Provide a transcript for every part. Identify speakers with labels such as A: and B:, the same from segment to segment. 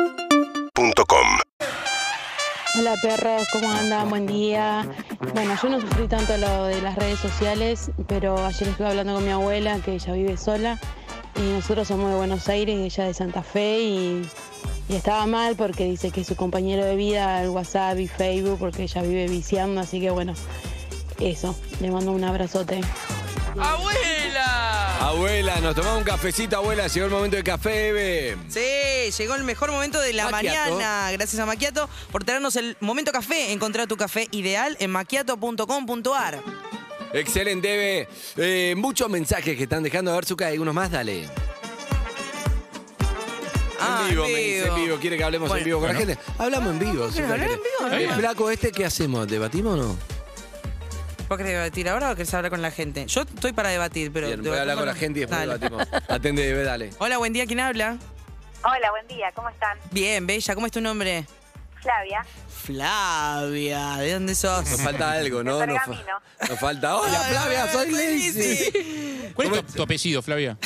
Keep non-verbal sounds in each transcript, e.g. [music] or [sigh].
A: UrbanaPlayFM.com
B: Hola perros, ¿cómo andan? Buen día. Bueno, yo no sufrí tanto lo de las redes sociales, pero ayer estuve hablando con mi abuela, que ella vive sola, y nosotros somos de Buenos Aires y ella de Santa Fe, y, y estaba mal porque dice que su compañero de vida, el WhatsApp y Facebook, porque ella vive viciando, así que bueno, eso, le mando un abrazote.
C: Ah,
D: Ah,
C: ¡Abuela!
D: Abuela, nos tomamos un cafecito, abuela. Llegó el momento del café, Eve.
C: Sí, llegó el mejor momento de la
D: Macchiato.
C: mañana. Gracias a Maquiato por traernos el momento café. Encontrar tu café ideal en maquiato.com.ar.
D: Excelente, Eve. Eh, muchos mensajes que están dejando. A ver, Zucca, algunos más, dale.
C: Ah,
D: en vivo, me dice, en vivo. ¿Quiere que hablemos
C: Bueno.
D: en vivo con la gente? Hablamos en vivo.
C: ¿quieres
D: Zucca,
C: hablar en
D: ¿querés?
C: vivo?
D: El flaco este, ¿qué hacemos? ¿Debatimos o no?
C: ¿Vos querés debatir ahora o querés hablar con la gente? Yo estoy para debatir, pero.
D: Bien, voy a hablar con la gente y después
C: Dale.
D: debatimos. Atende, Eve, dale.
C: [laughs] Hola, buen día, ¿quién habla?
E: Hola, buen día, ¿cómo están?
C: Bien, Bella, ¿cómo es tu nombre?
E: Flavia.
C: Flavia, ¿de dónde sos?
D: Nos falta algo, ¿no?
E: De
D: Nos,
E: Pergamino.
F: [laughs]
D: nos falta. Hola,
C: Ay,
D: Flavia, soy Lacey.
F: ¿Cuál es tu, tu apellido, Flavia?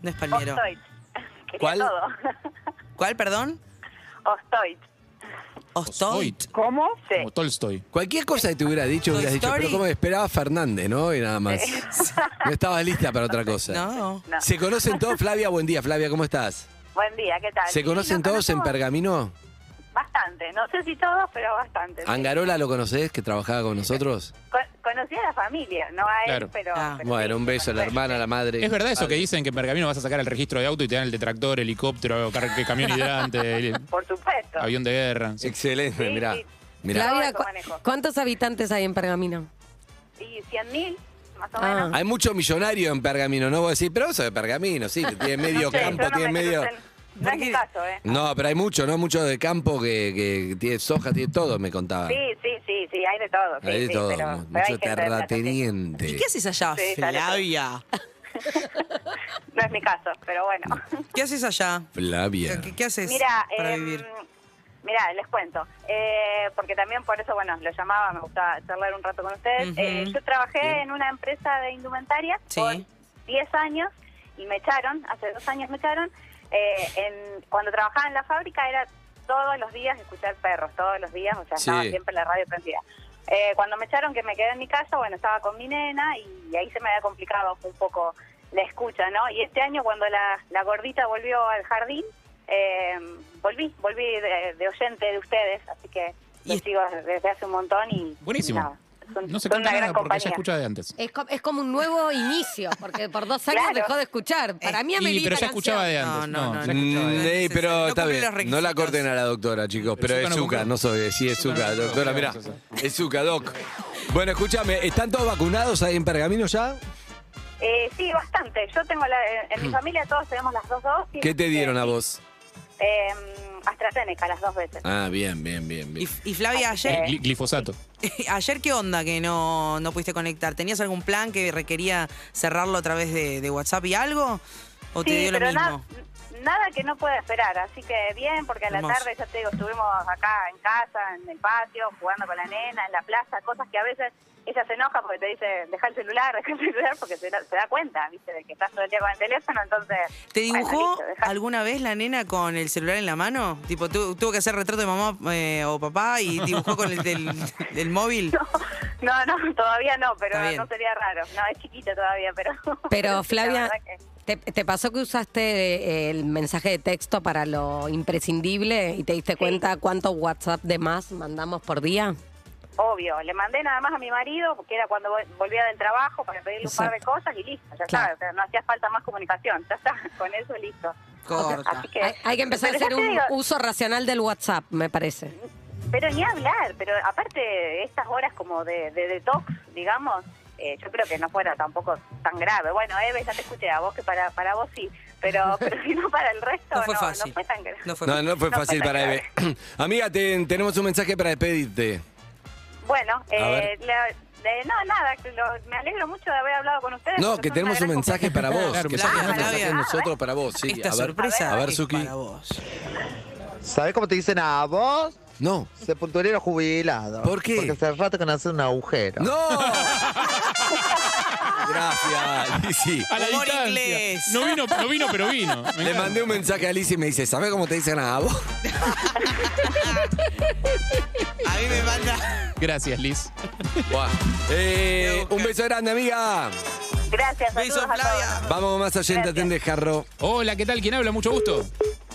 C: No es Palmiero.
E: Ostoit. [laughs] Quería
D: ¿Cuál?
E: todo.
C: [laughs] ¿Cuál, perdón?
E: Ostoit.
C: Ostoit.
E: ¿Cómo? Sí.
F: Como Tolstoy.
D: Cualquier cosa que te hubiera dicho, hubieras dicho,
C: Story.
D: pero como esperaba Fernández, ¿no? Y nada más. No estabas lista para otra cosa.
C: No.
E: No.
D: ¿Se conocen todos? Flavia, buen día, Flavia, ¿cómo estás?
E: Buen día, ¿qué tal?
D: ¿Se
E: Sí,
D: conocen
E: nos
D: todos en
E: conocemos
D: Pergamino?
E: Bastante, no sé si todos, pero bastante. sí.
D: ¿Angarola lo conocés, que trabajaba con nosotros?
E: Con- conocí a la familia, no a él,
F: Claro.
E: pero,
C: Ah.
E: pero
D: Bueno,
E: sí,
D: un beso a la
E: conocí.
D: hermana, a la madre.
F: ¿Es verdad eso que dicen que en Pergamino vas a sacar el registro de auto y te dan el detractor, helicóptero, car- que camión
E: [laughs]
F: hidrante, el-
E: Por supuesto.
F: avión de guerra? Sí.
D: Excelente,
E: Sí,
D: mirá.
E: sí.
D: mirá.
E: Todo
G: Flavia,
E: eso
G: ¿cu-
E: manejo.
G: ¿cuántos habitantes hay en Pergamino?
E: Y 100 mil, más o
G: Ah.
E: menos.
D: Hay mucho millonario en Pergamino, ¿no? Vos decís, pero vos sos de Pergamino, sí, que tiene medio
E: Sí, yo
D: campo,
E: no
D: tiene
E: me
D: medio...
E: crucé el- No es mi caso, ¿eh?
D: No, pero hay mucho, ¿no? Mucho de campo que, que tiene soja, tiene todo, me contaba.
E: Sí, sí, sí, sí, [laughs] hay de todo. sí,
D: Hay de
E: sí,
D: todo,
E: pero-
D: mu-
E: pero hay
D: mucho
E: gente de plata,
D: terrateniente.
C: ¿Y qué haces allá,
E: Sí, sale todo.
C: Flavia?
E: sí. No es mi caso, pero bueno.
C: ¿Qué haces allá?
D: Flavia.
C: ¿Qué, qué haces
E: Mira,
C: para
E: eh,
C: vivir?
E: mira, les cuento. Eh, porque también por eso, bueno, lo llamaba, me gustaba charlar un rato con ustedes.
C: Ujú.
E: Eh, yo trabajé
C: Bien.
E: en una empresa de indumentaria
C: Sí.
E: por 10 años y me echaron, hace dos años me echaron. Eh, en- cuando trabajaba en la fábrica era todos los días escuchar perros, todos los días, o sea, estaba
D: Sí.
E: siempre la radio prendida. Eh, cuando me echaron que me quedé en mi casa, bueno, estaba con mi nena y ahí se me había complicado un poco la escucha, ¿no? Y este año cuando la, la gordita volvió al jardín, eh, volví, volví de, de oyente de ustedes, así que
C: Y-
E: los sigo desde hace un montón y...
F: Buenísimo.
E: nada, son-
F: No se
E: son
F: cuenta
E: una
F: nada
E: gran
F: porque ella
E: compañía.
F: escucha de antes.
G: Ah, Es, co- es como un nuevo inicio, porque por dos años
E: Claro.
G: dejó de escuchar. Para mí
F: Eh, Y,
G: amerita
F: pero ya
G: canción.
F: escuchaba de antes.
C: No, no, no.
D: Mm,
C: escuchaba.
D: ey, pero
C: No
D: está
C: cumple
D: bien.
C: los requisitos.
D: No la corten a la doctora, chicos.
F: Pero
D: Pero,
F: Zucca
D: es
F: no
D: Zucca,
F: cumplió.
D: no soy. Sí, es
F: Zucca
D: Zucca,
F: no cumplió,
D: doctora,
F: ¿qué
D: mirá.
F: vamos a hacer?
D: Es Zucca, doc. Bueno, escúchame, ¿están todos vacunados ahí en Pergamino ya?
E: Eh, sí, bastante. Yo tengo la, en mi familia todos tenemos las dos dosis.
D: Mm. ¿Qué te dieron a
E: Eh,
D: vos?
E: Eh, AstraZeneca las dos veces.
D: Ah, bien, bien, bien,
C: Y,
D: bien.
C: y Flavia,
F: Eh,
C: ayer,
F: gli- Glifosato.
C: [laughs] ayer qué onda que no, no pudiste conectar? ¿Tenías algún plan que requería cerrarlo a través de, de WhatsApp y algo? ¿O te
E: sí,
C: dio lo
E: pero
C: mismo?
E: nada, nada que no pueda esperar. Así que bien, porque a la
C: Hermoso.
E: tarde, ya te digo, estuvimos acá en casa, en el patio, jugando con la nena, en la plaza, cosas que a veces ella se enoja porque te dice, deja el celular, [laughs] deja el celular, porque se, da- se da cuenta, viste, de que estás todo el día con el teléfono, entonces...
C: ¿Te
E: bueno,
C: dibujó
E: listo, dejá-
C: alguna vez la nena con el celular en la mano? Tipo, tu- tuvo que hacer retrato de mamá eh, o papá y dibujó con el del, del móvil.
E: No, no, [laughs] todavía no, pero
C: Está bien.
E: no sería raro. No, es chiquita todavía, pero...
G: Pero
E: sí, [laughs] la
G: Flavia,
E: verdad que-
G: ¿te, te pasó que usaste eh, el mensaje de texto para lo imprescindible y te diste cuenta cuánto WhatsApp de más mandamos por día?
E: Obvio, le mandé nada más a mi marido, porque era cuando vol- volvía del trabajo, para pedirle un par de
G: Exacto.
E: cosas y listo, ya
G: Claro.
E: está, o sea, no hacía falta más comunicación, [laughs] ya está, con eso listo.
C: Corta.
E: Así que,
G: Hay, hay que empezar a
E: pero ya
G: hacer
E: te
G: un
E: digo,
G: uso racional del WhatsApp, me parece.
E: Pero ni hablar, pero aparte estas horas como de, de detox, digamos, eh, yo creo que no fuera tampoco tan grave. Bueno, Eve, ya te escuché a vos, que para, para vos sí,
D: [laughs]
E: pero, pero si no para el resto,
C: No
E: no
C: fue fácil.
E: no fue tan grave.
C: No fue
D: No, no fue
E: No fue
D: fácil
E: tan
D: para Eve. [clears throat]
E: grave.
D: Amiga, te- tenemos un mensaje para despedirte.
E: Bueno, eh,
D: ver.
E: la- eh, no, nada, que lo- me alegro mucho de haber hablado con ustedes.
D: No,
E: porque
D: que
E: son
D: tenemos
E: una
D: un
E: gran
D: mensaje para vos.
F: Claro,
D: Que
C: claro,
D: sacamos
C: Flavia.
D: mensajes nosotros para vos. Sí,
C: Esta
D: a ver,
C: sorpresa
D: a ver,
C: es
D: Suki.
C: para vos.
H: ¿Sabes cómo te dicen a vos?
D: No.
I: Sepulturero jubilado.
D: ¿Por qué?
I: Porque hace rato que no hace un agujero.
D: ¡No!
C: [laughs]
D: Gracias, Lizzy.
F: A la
C: Humor
F: distancia.
C: inglés.
F: No vino, no vino, pero vino. Me
D: [laughs] Le
F: encanta.
D: mandé un mensaje a Lizzy y me dice, ¿sabes cómo te dicen a vos?
C: A mí me manda.
F: Gracias, Liz.
D: Buah. Eh,
C: Voy a buscar.
D: un beso grande, amiga.
J: Gracias,
C: Beso,
J: saludos a
C: Flavia.
J: todos.
D: Vamos más oyente,
J: Gracias.
D: atende, Jarro.
F: Hola, ¿qué tal? ¿Quién habla? Mucho gusto.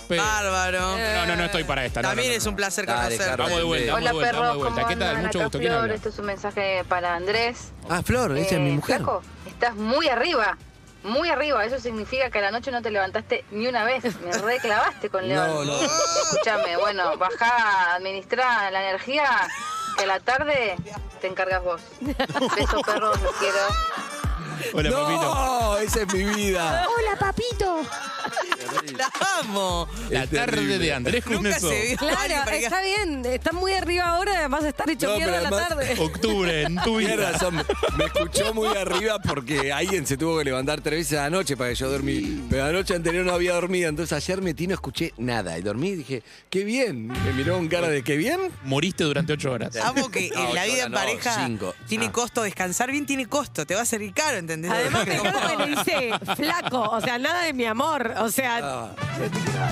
F: Pe-
C: Bárbaro.
F: No, no, no estoy para esta. no,
C: También
F: no, no,
C: es
F: no.
C: un placer
D: Dale,
C: conocerte.
D: Carlos.
F: Vamos de vuelta, vamos
E: Hola
F: de vuelta,
E: perros,
F: vamos de
E: ¿cómo
F: vuelta. ¿Qué tal?
E: andan?
F: Mucho
E: Acá
F: gusto. ¿Quién
E: Flor,
F: habla?
E: Esto es un mensaje para Andrés.
D: Ah, Flor, ella es mi
E: Eh,
D: mujer.
E: flaco, estás muy arriba, muy arriba. Eso significa que a la noche no te levantaste ni una vez.
F: [laughs]
E: Me reclavaste con
D: No,
E: León.
D: no.
E: Escúchame, bueno, bajá, administrá la energía, que a la tarde te encargas vos.
F: [laughs]
E: Besos, perros, los quiero.
F: Hola,
D: no,
F: papito.
D: esa es mi
G: [laughs]
D: vida.
K: Hola,
F: [laughs]
K: papito.
C: La amo.
F: La
D: Es
F: tarde
D: terrible.
F: de Andrés
C: Nunca
F: Cuneso.
C: se vio. alguien
G: Claro,
C: para que-
G: está bien. Estás muy arriba ahora, vas a estar hecho
D: No,
G: mierda
D: pero
G: a la
D: además-
G: tarde.
F: [laughs] Octubre, en tu
D: Tienes
F: vida.
D: razón, me escuchó muy arriba porque alguien se tuvo que levantar tres veces anoche para que yo dormí. Pero la noche anterior no había dormido, entonces ayer metí no escuché nada. Y dormí y dije, qué bien. Me miró con cara de qué bien.
F: Moriste durante ocho horas.
C: Amo que
D: No,
C: en la
D: ocho
C: vida
D: horas
C: en
D: no,
C: pareja
D: cinco.
C: tiene
D: Ah.
C: costo descansar bien, tiene costo, te va a salir caro, ¿entendés?
G: Además, me
C: [laughs] Como-
G: encanta que le dice flaco, o sea, nada de mi amor, o sea,
D: Ah.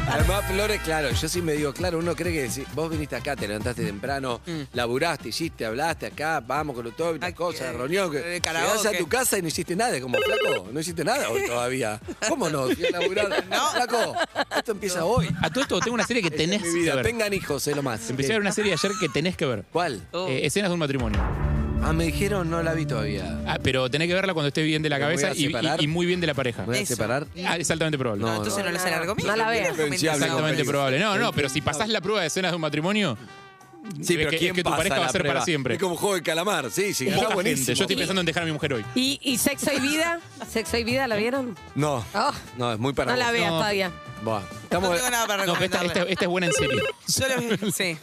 D: Además, Flores, claro, yo sí me digo, claro, uno cree que si vos viniste acá, te levantaste temprano,
G: Mm.
D: laburaste, hiciste, hablaste acá, vamos con los todos, las
C: Ay,
D: cosas,
C: eh,
D: reunión. Que,
C: eh, karaoke.
D: llegás a tu casa y no hiciste nada, es como flaco, no hiciste nada hoy todavía. ¿Cómo no? Si a laburar,
C: No.
D: flaco, esto empieza hoy.
F: A todo esto, tengo una serie que
D: Esa es
F: tenés
D: mi
F: que
D: vida.
F: ver.
D: Tengan hijos, es lo más.
F: Empecé a ver una serie ayer que tenés que ver.
D: ¿Cuál?
C: Oh.
F: Eh, escenas de un matrimonio.
D: Ah, me dijeron, no la vi todavía.
F: Ah, pero tenés que verla cuando esté bien de la
D: ¿Me voy a
F: cabeza y,
D: separar?
F: y- y muy bien de la pareja.
D: ¿Me voy a
C: Eso.
D: separar?
F: Ah, es altamente probable.
C: No,
D: No,
C: entonces no,
G: no.
C: les alargo
G: No la veas.
F: Exactamente
D: No,
F: probable. No, no, pero si pasás la prueba de escenas de un matrimonio,
D: Sí,
F: Es
D: pero
F: que- es
D: ¿quién
F: que tu
D: pasa
F: pareja va a
D: la
F: ser para
D: prueba?
F: siempre.
D: Es como juego de calamar, sí, sí, está
F: poca
D: buenísimo.
F: gente. Yo estoy pensando en dejar a mi mujer hoy.
G: ¿Y, y sexo y vida? ¿Sexo y vida la vieron?
D: No,
G: Oh.
D: no, es muy para
G: No la
D: vos.
G: veas
F: No.
G: todavía.
D: Buah,
C: No
D: estamos-
C: tengo nada para
F: No, pero esta,
C: recomendarle.
F: esta- esta es buena en serio.
C: Yo lo- sí.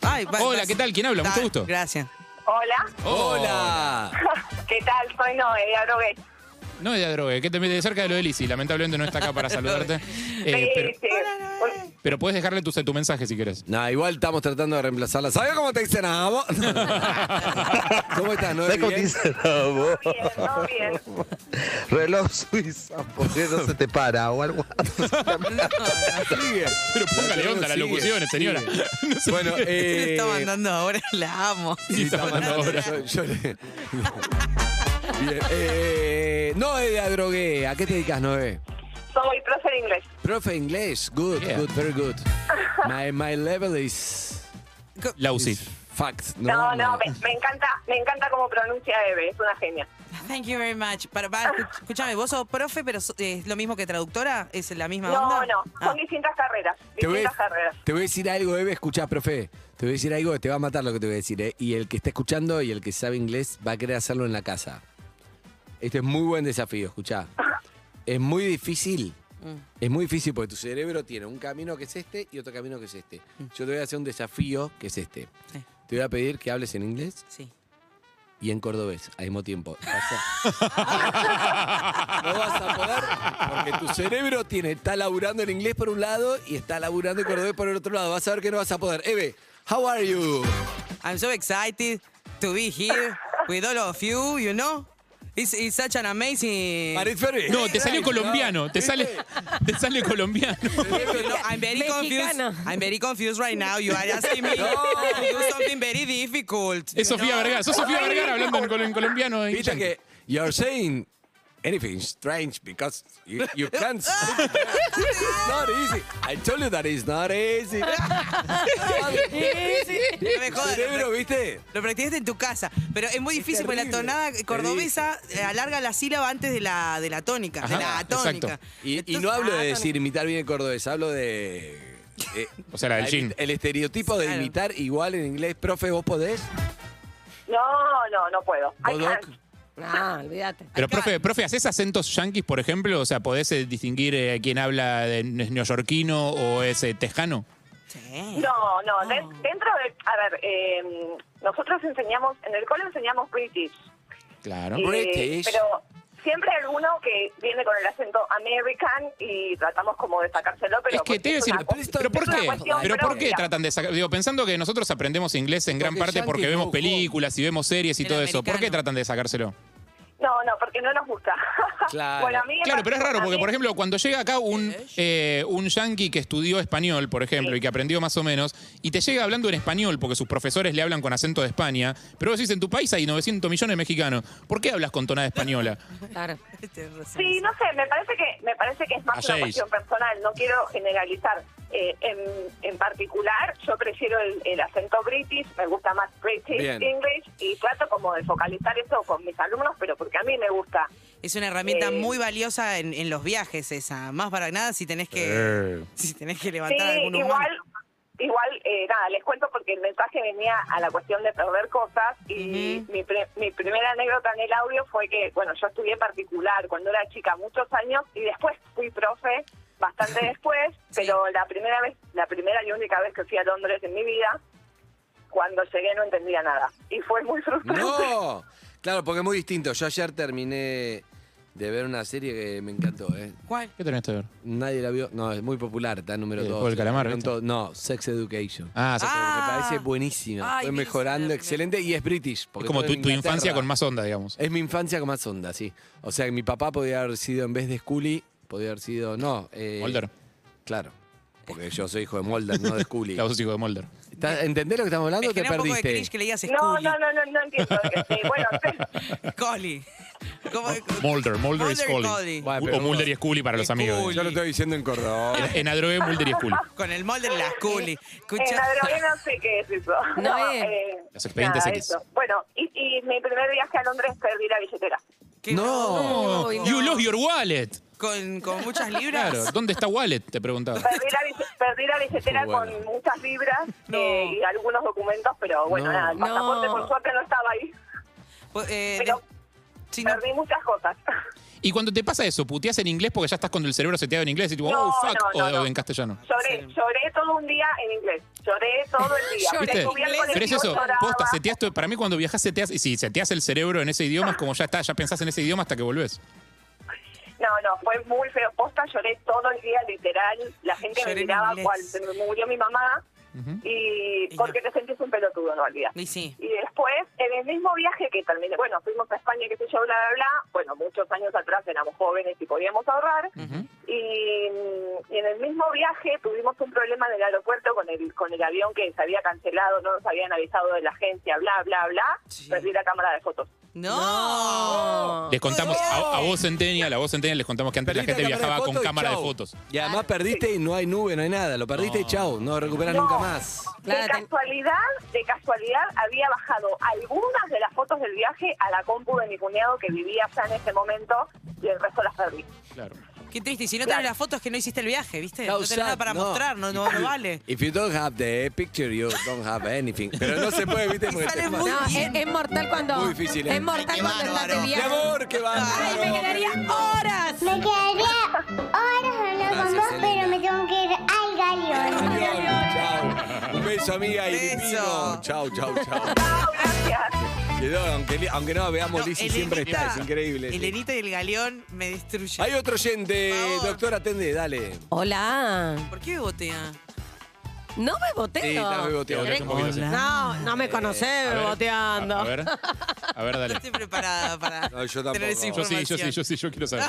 C: Ay, va-
F: Hola,
C: vas-
F: ¿qué tal? ¿Quién habla? Mucho
C: Ta-
F: gusto.
C: Gracias.
J: Hola,
D: ¡Hola!
J: [laughs] ¿qué tal? Soy Noé de Abroguet.
F: No es de drogue, que te de cerca de lo de Lizzy. Lamentablemente no está acá
C: [laughs]
F: para saludarte. Eh, pero,
J: Sí, sí.
F: pero puedes dejarle tu, tu mensaje si quieres.
D: No, igual estamos tratando de reemplazarla. ¿Sabes
F: [laughs]
D: cómo te dicen a vos? ¿Cómo estás, Noé?
I: ¿Sabés cómo te
D: ¿Bien?
I: dice la voz?
J: Todo bien, todo bien.
I: Reloj suizo, porque no se te
D: Ah,
J: [laughs]
I: para o algo así.
D: Sigue.
F: Pero póngale onda a las
D: Sigue,
F: locuciones,
D: sigue.
F: señora.
D: [laughs]
F: No sé
D: Bueno,
F: qué-
C: ¿Qué le
D: eh...
C: está mandando ahora? La amo.
D: sí, está mandando ahora. Yo, yo le... Bien. Eh, Noé de Adrogué. ¿A qué te dedicas, Noé?
J: Soy profe de inglés.
D: Profe inglés. Good,
F: Yeah.
D: good, very
J: [laughs]
D: good. My, my level is...
F: La UCI.
D: is Facts.
J: No, no, me, me encanta, me encanta cómo pronuncia Eve, es una genia.
C: Thank you very much. Para, para, escuch- escuchame, vos sos profe, pero so- eh, es lo mismo que traductora, es la misma
J: No,
C: onda.
J: no,
C: Ah.
J: son distintas carreras,
D: Te voy,
J: distintas carreras.
D: te voy a decir algo, Eve, escuchá, profe. Te voy a decir algo que te va a matar lo que te voy a decir. ¿eh? Y el que está escuchando y el que sabe inglés va a querer hacerlo en la casa. Este es muy buen desafío,
J: [laughs]
D: escuchá. Es muy difícil. Es muy difícil porque tu cerebro tiene un camino que es este y otro camino que es este. Yo te voy a hacer un desafío que es este.
C: Sí.
D: Te voy a pedir que hables en inglés
C: Sí.
D: y en cordobés al mismo tiempo. [laughs] Vas a- no vas a poder porque tu cerebro tiene está laburando en inglés por un lado y está laburando en cordobés por el otro lado. Vas a ver que no vas a poder. Eve, how are you?
C: I'm so excited to be here with all of you, you know? It's, it's such an amazing...
D: But it's very-
F: No, te salió colombiano. Te sale, te sale colombiano.
C: You know, I'm very
G: Mexicano.
C: confused. I'm very confused right now. You are
D: [laughs]
C: asking me to do something very difficult.
F: Es
C: you
F: Sofía
C: know?
F: Vergara. Sos Sofía Vergara hablando en, col- en colombiano. en
D: Viste
F: yankee.
D: que you're saying anything strange because you, you [laughs] can't speak. It's not easy. I told you that it's not easy.
C: No me
D: Tu
C: jodas,
D: cerebro, ¿viste?
C: Lo practicaste en tu casa, pero es muy difícil porque la
D: terrible.
C: tonada cordobesa eh, alarga la sílaba antes de la, de la tónica, de
F: Ajá,
C: la ah, tónica.
F: exacto.
D: Y, y no hablo de decir imitar bien el cordobés, hablo de. eh,
F: [laughs] O sea, la del jean.
D: El estereotipo de
C: Claro.
D: imitar igual en inglés, profe, vos
C: [laughs]
D: podés.
J: No, no, no puedo. I
D: ¿Vos, Doc?
J: can't.
G: No, olvídate.
F: Pero,
C: Acá-
F: profe, profe, ¿haces acentos yanquis, por ejemplo? O sea, ¿podés eh, distinguir eh, quién habla de es neoyorquino o es eh, tejano?
D: Eh.
C: Sí.
J: No, no, de- dentro de, a ver, em, eh, nosotros enseñamos, en el cole enseñamos British.
F: Claro.
J: eh,
D: British.
J: Pero, siempre hay alguno que viene con el acento American y tratamos como de sacárselo, pero
F: es que
J: porque
F: te iba a decir,
J: una
F: pero,
J: cosa-
D: es
F: ¿por
J: una
F: qué?
J: cuestión,
F: ¿Pero por qué
J: mira,
F: tratan de sacar? Digo, pensando que nosotros aprendemos inglés en gran
D: Porque
F: parte porque
D: Yankees
F: vemos
D: no jugó.
F: películas y vemos series y
C: El
F: todo eso. ¿Por qué
C: americano.
F: tratan de sacárselo?
J: No, no, porque no nos gusta. [laughs]
D: Claro.
J: Bueno, a mí me
F: Claro, pero es
J: pasó-
F: raro,
J: a
F: porque
J: mí-
F: por ejemplo, cuando llega acá un, eh, un yankee que estudió español, por ejemplo, y que aprendió más o menos, y te llega hablando en español porque sus profesores le hablan con acento de España, pero vos decís, en tu país hay 900 millones de mexicanos, ¿por qué hablas con tonada española?
J: [laughs]
G: Claro.
C: Tenés razón.
J: Sí, no sé, me parece que me parece que es más
F: Ayer.
J: una cuestión personal, no quiero generalizar. Eh, en, en particular, yo prefiero el, el acento british, me gusta más british
D: Bien.
J: English y trato como de focalizar eso con mis alumnos, pero porque a mí me gusta.
C: Es una herramienta
J: Eh.
C: muy valiosa en, en los viajes esa. Más para nada si tenés que,
D: Eh.
C: si tenés que
J: Sí,
C: levantar algún humano.
J: igual, igual eh, nada, les cuento porque el mensaje venía a la cuestión de perder cosas y mi, pre- mi primera anécdota en el audio fue que, bueno, yo estudié particular cuando era chica muchos años y después fui profe bastante después, pero la primera vez, la primera y única vez que fui a Londres en mi vida, cuando llegué no entendía nada y fue muy frustrante.
D: ¡No! Claro, porque es muy distinto. Yo ayer terminé de ver una serie que me encantó, ¿eh?
C: ¿Cuál?
F: ¿Qué tenés que ver?
D: Nadie la vio. No, es muy popular, está en número
F: ¿El
D: 2.
F: juego del Eh, calamar, viste?
D: No, Sex Education.
F: Ah, se-
C: Ah.
D: Me parece buenísima.
C: Ay,
D: Fue
C: Bill
D: mejorando,
C: Sumner.
D: excelente. Y es british.
F: es
D: porque
F: como
D: todo
F: tu,
D: en
F: tu infancia
D: Inglaterra.
F: con más onda, digamos.
D: Es mi infancia con más onda, sí. O sea, que mi papá podía haber sido, en vez de Scully, podía haber sido, no. Eh,
F: Mulder.
D: Claro. Porque yo soy hijo de Mulder, no de
F: [laughs]
D: Scully.
F: Claro, vos sos hijo de Mulder.
D: ¿Está- ¿Entendés lo que estamos
C: Me
D: hablando o te
C: genera un poco de
D: perdiste?
C: cringe que le digas
J: No,
C: Scully.
J: no, no, no, no entiendo. Eh,
C: [laughs]
J: bueno,
C: Scully. ¿Cómo-
F: Mulder, Mulder y Scully.
C: Scully.
D: Bueno,
F: O
D: pero-
F: Mulder y Scully para los
C: Scully.
F: amigos.
D: Yo lo estoy diciendo en cordón.
F: En- En Adrogué, Mulder y Scully.
C: Con el molde de la Scully.
J: En
C: Escucha.
J: Adrogué no sé qué es eso. [laughs]
G: No es.
J: eh,
F: Los expedientes
J: nada,
F: X.
J: eso. Bueno, y, y mi primer viaje a Londres perdí la billetera.
C: ¿Qué-
D: No.
G: Uy, no.
F: You lost your wallet.
C: Con, con muchas libras.
F: Claro, ¿dónde está wallet? Te preguntaba.
J: Perdí la, bille- perdí la billetera
D: Muy bueno.
J: con muchas libras
C: No.
J: eh, y algunos documentos, pero bueno,
D: No.
J: nada, el pasaporte
G: No.
J: por suerte no estaba ahí,
C: Po- eh,
J: pero
C: si no-
J: perdí muchas cosas.
F: Y cuando te pasa eso, puteas en inglés porque ya estás con el cerebro seteado en inglés y tipo,
J: No,
F: oh, fuck,
J: no, no,
F: o,
J: no.
F: o en castellano.
J: Lloré,
C: Sí.
J: lloré todo un día en inglés, lloré todo
C: [laughs]
J: el día.
G: Lloré.
J: Me
F: ¿Viste?
J: subí al
C: Inglés,
F: Pero es
J: colectivo,
F: eso,
J: lloraba.
F: posta, seteas tu- para mí cuando viajas seteas, y si seteas el cerebro en ese idioma es como ya está, ya pensás en ese idioma hasta que volvés.
J: No, no, fue muy feo, posta, lloré todo el día, literal, la gente
C: Lloré en
J: me miraba
C: inglés.
J: cual se me murió mi mamá y
C: Y
J: porque te sentís un pelotudo, no olvidas.
C: Y sí.
J: Y después, en el mismo viaje que terminé, bueno, fuimos a España, qué sé yo, bla, bla, bla. Bueno, muchos años atrás éramos jóvenes y podíamos ahorrar. y, mm, y en el mismo viaje tuvimos un problema en el aeropuerto con el, con el avión que se había cancelado, no nos habían avisado de la agencia, bla, bla, bla.
C: Sí.
J: Perdí la cámara de fotos.
C: No.
D: Ah.
F: Les contamos, a, a vos Centennial, a vos Centennial les contamos que antes la gente
D: Perdiste cámara
F: viajaba
D: de
F: con
D: fotos y
F: cámara de
D: chau.
F: fotos.
D: Y además perdiste y no hay nube, no hay nada. Lo perdiste y chau. No recuperás
J: No.
D: nunca más.
G: Claro,
J: de
G: ten-
J: casualidad, de casualidad, había bajado algunas de las fotos del viaje a la compu de mi cuñado que vivía allá en ese momento y el resto las perdí.
F: Claro.
C: Qué triste. Y si no
J: Claro.
C: tenés las fotos es que no hiciste el viaje, ¿viste?
D: How
C: no tenés
D: sad,
C: nada para
D: no.
C: mostrar, no, no, no vale.
D: If you don't have the picture, you don't have anything. Pero no se puede, viste,
C: Y
D: porque
C: sale
D: te
C: muy
D: matan.
G: No, es, es mortal cuando.
D: Muy difícil, ¿eh?
G: Es mortal
C: Qué
G: cuando estás de
C: bárbaro.
D: Mi
G: viaje.
D: amor, que va.
G: Ay, me quedaría
K: Me
G: horas.
K: quedaría horas hablando con
D: Gracias,
K: vos, pero
D: Elena.
K: me tengo que ir al galeón.
D: Chao. Un beso, amiga, y
C: Beso.
D: divino. Chau, chau, chau.
J: Chao, gracias.
D: Quedó, aunque, li- aunque no veamos,
C: No,
D: Lizzy
C: Elenita-
D: siempre está, es increíble. sí.
C: Elenita y el galeón me destruyen.
D: Hay otro oyente,
C: Por favor.
D: doctor, atende, dale.
G: Hola.
C: ¿Por qué botea?
G: No me boteo.
D: Sí, está beboteando.
F: Te volvés un poquito así.
G: No, no me conocés
F: A ver,
G: boteando.
F: A, a ver, a ver,
C: No
F: dale.
C: estoy preparada
D: [laughs]
C: para
D: No, yo tampoco.
C: tener esa
F: Yo sí,
C: información.
F: yo sí, yo sí, yo quiero saber.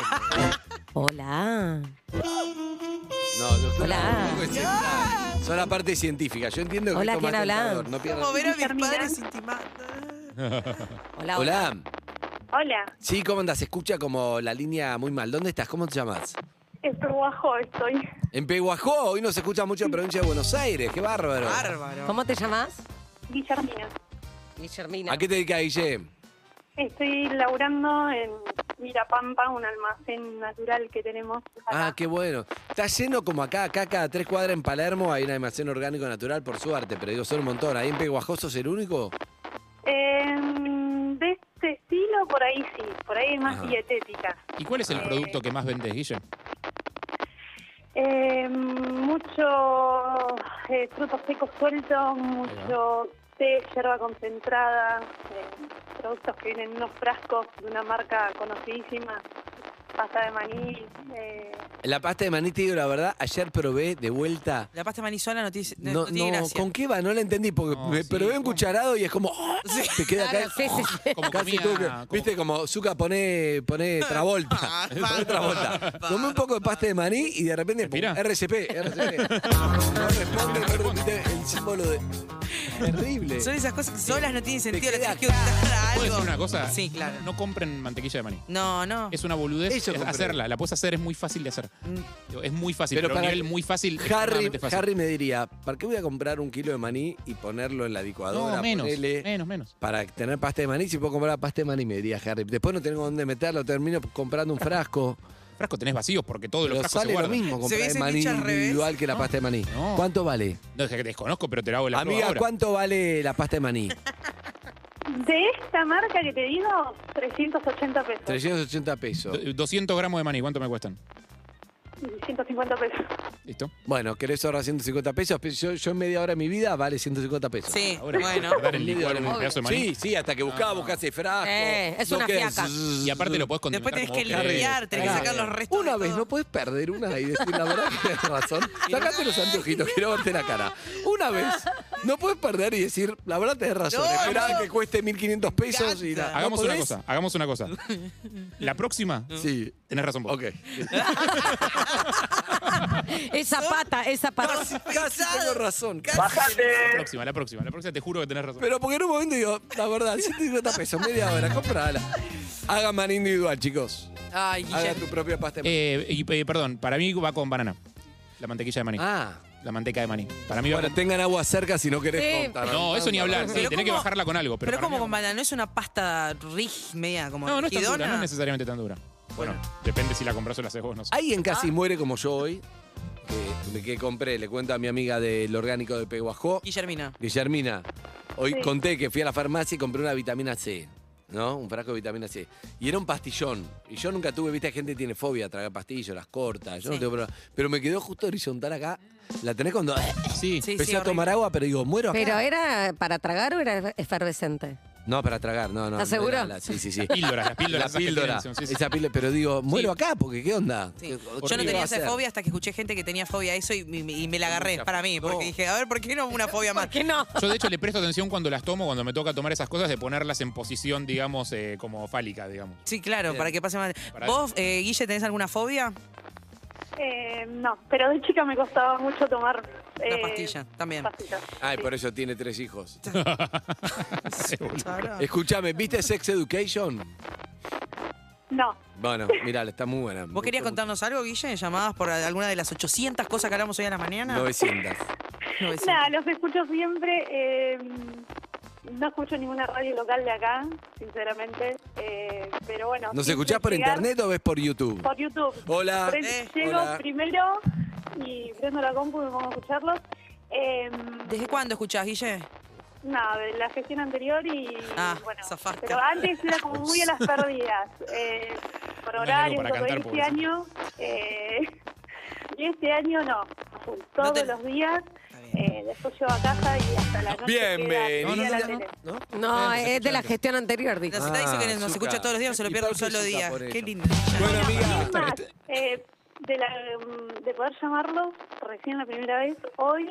G: Hola.
D: No, doctor.
G: Hola.
D: tampoco es esa. Son la parte científica. Yo entiendo que
G: Hola,
D: esto es
G: ¿quién
D: más
G: habla?
D: tentador, No pierdas-
C: Como ver a mis padres intimando.
G: [laughs] Hola, hola.
D: Hola.
J: Hola,
D: Sí, ¿cómo andas? Se escucha como la línea muy mal. ¿Dónde estás? ¿Cómo te llamas?
J: en Pehuajó estoy.
D: En Peguajó. Hoy no se escucha mucho en provincia de Buenos Aires. Qué bárbaro.
C: Bárbaro.
G: ¿Cómo te llamas?
J: Guillermina.
G: Guillermina.
D: ¿A qué te dedicas, Guille?
J: Estoy laburando en Mirapampa, un almacén natural que tenemos.
D: Ah,
J: acá.
D: qué bueno. Está lleno como acá, acá cada tres cuadras en Palermo hay un almacén orgánico natural, por suerte, pero digo, son un montón. ¿Ahí en Peguajó sos el único?
J: Em, de este estilo, por ahí sí, por ahí es más
D: Ajá.
J: dietética.
F: ¿Y cuál es el producto que más vendés, Guille?
J: Em, mucho eh, frutos secos sueltos, mucho té, hierba concentrada, eh,
L: productos que vienen en unos frascos de una marca conocidísima, pasta de maní. eh,
D: La pasta de maní, te digo la verdad, ayer probé de vuelta.
C: La pasta manizola no, tiene- no-
D: No,
C: no tiene
D: no,
C: gracia.
D: ¿con qué va? No la entendí, porque
F: No,
D: me
F: sí,
D: probé
F: ¿cómo?
D: un cucharado y es como. ¡ah! Te queda acá.
G: Claro, sí, sí, sí.
F: Como
D: Casi
F: comida,
D: tuve que-
F: como-
D: Viste, como Zuka pone,
G: [laughs]
D: pone travolta. pone travolta. Tomé un poco de pasta de maní y de repente. pum,
F: Respira.
D: RCP, RCP. No responde, no repite el símbolo de. Terrible.
C: Son esas cosas que solas no tienen sentido, le
D: queda
C: tenés que untar
F: ¿Puedo
C: a algo.
F: decir una cosa?
C: Sí, claro.
F: No compren mantequilla de maní.
C: No, no.
F: Es una boludez
M: Eso
F: es
M: compré.
F: hacerla. La puedes hacer, es muy fácil de hacer. Es muy fácil,
D: Mm. Pero
F: pero, a un
D: para-
F: nivel muy fácil,
D: Harry,
F: extremadamente fácil.
D: Harry me diría, ¿para qué voy a comprar un kilo de maní y ponerlo en la licuadora?
F: no, menos,
D: Ponele-
F: menos, menos.
D: para tener pasta de maní, si puedo comprar pasta de maní, me diría Harry. Después no tengo dónde meterlo, termino comprando un frasco.
F: [laughs] Frasco tenés vacíos porque todos los
D: pero
F: frascos se
D: sale lo
F: guardan.
D: mismo comprar el
C: hubiese
D: maní
C: dicho al revés.
D: individual que la
F: No,
D: pasta de maní.
F: no.
D: ¿Cuánto vale?
F: No, es que desconozco, pero te la hago la prueba
D: Amiga,
F: ahora.
D: ¿cuánto vale la pasta de
F: [laughs]
D: maní?
L: de esta marca que te digo, 380 pesos.
D: 380 pesos.
F: Do- 200 gramos de maní, ¿cuánto me cuestan?
L: 150 pesos.
F: ¿Listo?
D: Bueno, querés ahorrar 150 pesos. pero Yo, yo en media hora de mi vida vale 150 pesos.
C: Sí,
F: Ahora,
C: bueno.
F: guardar el licuado en un
G: Obvio.
F: pedazo de maní.
D: Sí, sí, hasta que buscaba, buscás el frasco.
G: Eh, es una
D: queda-
G: fiaca.
F: Y aparte lo podés condimentar
C: Después tenés
F: como
C: que
F: vos querés.
C: limpiar, tenés que
D: Pará.
C: sacar los restos.
D: Una
C: de
D: vez,
C: todo.
D: no puedes perder una y decir la verdad que tienes
C: [laughs]
D: razón. Sacate los anteojitos, quiero verte la cara. Una vez, no puedes perder y decir, la verdad tenés razón.
C: No,
D: Esperá
C: no.
D: que cueste 1.500 pesos y la- ¿no
F: Hagamos una
D: podés?
F: cosa, hagamos una
C: [laughs]
F: cosa. La próxima,
D: Sí.
F: tenés razón vos.
D: Ok.
G: [laughs] Esa pata, esa pata.
D: Casi tengo razón.
F: La próxima, la próxima, la próxima te juro que tenés razón.
D: Pero porque en un momento digo, la verdad, 150 pesos, media hora, comprala. Hagan maní individual, chicos.
C: Ay,
D: Haga
C: Guillermo.
D: tu propia pasta. de
F: Eh, y, eh, perdón, para mí va con banana. La mantequilla de maní.
D: Ah.
F: La manteca de maní. Para mí va
D: Bueno,
F: con-
D: tengan agua cerca si no querés
G: Sí.
D: contar.
F: No, eso ni hablar. Sí,
C: Pero
F: tenés que
C: como-
F: bajarla con algo. Pero,
C: Pero,
F: para
C: como
F: mí va
C: con banana, no es una pasta rígida, media como
F: No, no es tan dura,
C: rigidona?
F: no es necesariamente tan dura. Bueno, depende si la compras o la haces vos, no sé.
C: Ah.
D: Alguien casi muere como yo hoy, que, de que compré, le cuento a mi amiga del orgánico de Peguajó,
C: Guillermina.
D: Guillermina. Hoy
L: Sí.
D: conté que fui a la farmacia y compré una vitamina C, ¿no? Un frasco de vitamina C. Y era un pastillón. Y yo nunca tuve, viste, gente que tiene fobia a tragar pastillas, las corta, yo no
C: Sí.
D: tengo problema. Pero me quedó justo horizontal acá. La tenés cuando
F: Sí.
C: Sí,
D: empecé
C: sí,
D: a tomar agua, pero digo, muero acá.
G: ¿Pero era para tragar o era efervescente?
D: No, para tragar, no, no.
G: ¿Estás
D: no era
G: seguro?
D: [laughs] la- sí, sí, sí.
F: Píldoras, las píldoras. esas
D: La
F: que
D: píldora.
F: tienen, sí, sí.
D: Esa píldora, pero digo, muero acá, porque ¿qué onda?
C: Sí.
D: ¿Qué-
C: Yo
D: qué
C: no
D: iba a
C: tenía esa
D: hacer?
C: fobia hasta que escuché gente que tenía fobia a eso y, y- y me la agarré
D: Mucha
C: para mí.
D: fobia.
C: Porque
D: No.
C: dije, a ver, ¿por qué no una fobia más?
G: ¿Qué no?
F: Yo, de hecho, le presto atención cuando las tomo, cuando me toca tomar esas cosas, de ponerlas en posición, digamos, eh, como fálica, digamos.
C: Sí, claro,
D: Bien.
C: para que pase más.
F: Para-
C: ¿Vos, eh, Guille, tenés alguna fobia?
L: Eh, no, pero de chica me costaba mucho tomar.
C: La
L: eh,
C: pastilla, también.
L: pastillas.
D: Ay, por eso tiene [laughs] tres hijos.
F: Seguro.
D: Escúchame, ¿viste Sex Education?
L: No,
D: Bueno, mirá, está muy buena.
C: ¿Vos querías contarnos algo, Guille? ¿Llamadas por alguna de las 800 cosas que hablamos hoy a la mañana?
D: 900.
C: No,
D: Pues
C: es-
L: nada, los escucho siempre. eh, no escucho ninguna radio local de acá, sinceramente. eh, pero bueno.
D: ¿Nos
L: siempre
D: escuchás por
L: llegar
D: internet o ves por YouTube?
L: Por YouTube.
D: Hola.
L: Pre-
C: Eh,
L: llego
D: hola.
L: primero y prendo la compu y me pongo a escucharlos. Eh,
C: ¿Desde cuándo escuchás, Guille?
L: No, de la gestión anterior y
C: Ah,
L: bueno,
C: zafaste.
L: pero antes era como muy
C: [laughs]
L: a las perdidas, eh, por
F: No hay
L: horario,
F: algo para
L: todo
F: cantar,
L: este
F: pobre.
L: año, eh, [laughs] y este año no, full, todos
C: te-
L: los días,
C: Está bien.
L: eh, después llevo a casa y hasta la noche
D: Bienvenida.
L: queda prendida la
D: No, no,
L: tele.
D: ¿No?
G: No,
F: Eh,
G: es de la gestión anterior, dijo.
C: La cita dice que nos
D: Zucca.
C: escucha todos los días, no se lo
D: ¿Y
C: pierde un
D: por qué
C: solo
D: Zucca
C: día.
D: por
C: Qué
D: eso?
C: lindo.
D: Bueno, amiga.
L: Es más, eh, de, la, mm, de poder llamarlos recién la primera vez hoy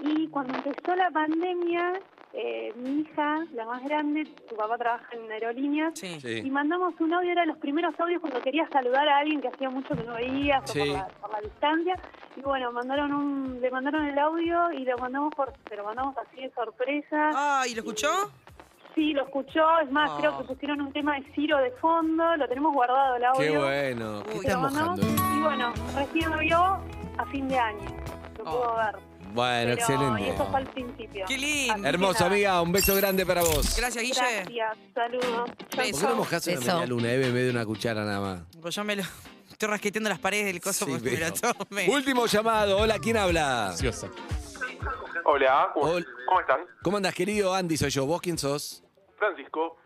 L: y cuando empezó la pandemia, eh, mi hija, la más grande, su papá trabaja en aerolíneas,
C: Sí.
L: Y
D: Sí.
L: mandamos un audio, era los primeros audios cuando querías saludar a alguien que hacía mucho que no veías o
D: Sí.
L: por, la, por la distancia. Y bueno, mandaron un, le mandaron el audio y lo mandamos por, se lo mandamos así de sorpresa.
C: Ah, ¿y lo escuchó?
L: Sí, lo escuchó, es más,
C: Ah.
L: creo que pusieron un tema de Ciro de fondo, lo tenemos guardado el audio.
D: Qué bueno. ¿Qué
C: Uy,
D: estás
L: Lo mandamos
D: mojando? eh?
L: y bueno, recién lo vio a fin de año, lo
C: Ah.
L: pudo ver.
D: Oh, Bueno,
L: Pero- Y eso fue
D: excelente.
L: al principio.
C: Qué lindo.
L: Así que
D: Hermosa
L: nada,
D: amiga, un beso grande para vos.
C: Gracias, Guille.
L: Gracias, saludos.
D: ¿Por
C: Beso.
D: qué no mojás una
G: Beso.
D: media luna, eh, bebé, de una cuchara nada más?
C: Pues yo me lo. Estoy rasqueteando las paredes del coso
D: Sí,
C: porque me
D: veo.
C: lo tome.
D: Último llamado. Hola, ¿quién habla?
F: Ansiosa.
A: Hola, ¿cómo,
D: Hola.
A: cómo están?
D: ¿Cómo andás, querido Andy? Soy yo. ¿Vos quién sos?
A: Francisco.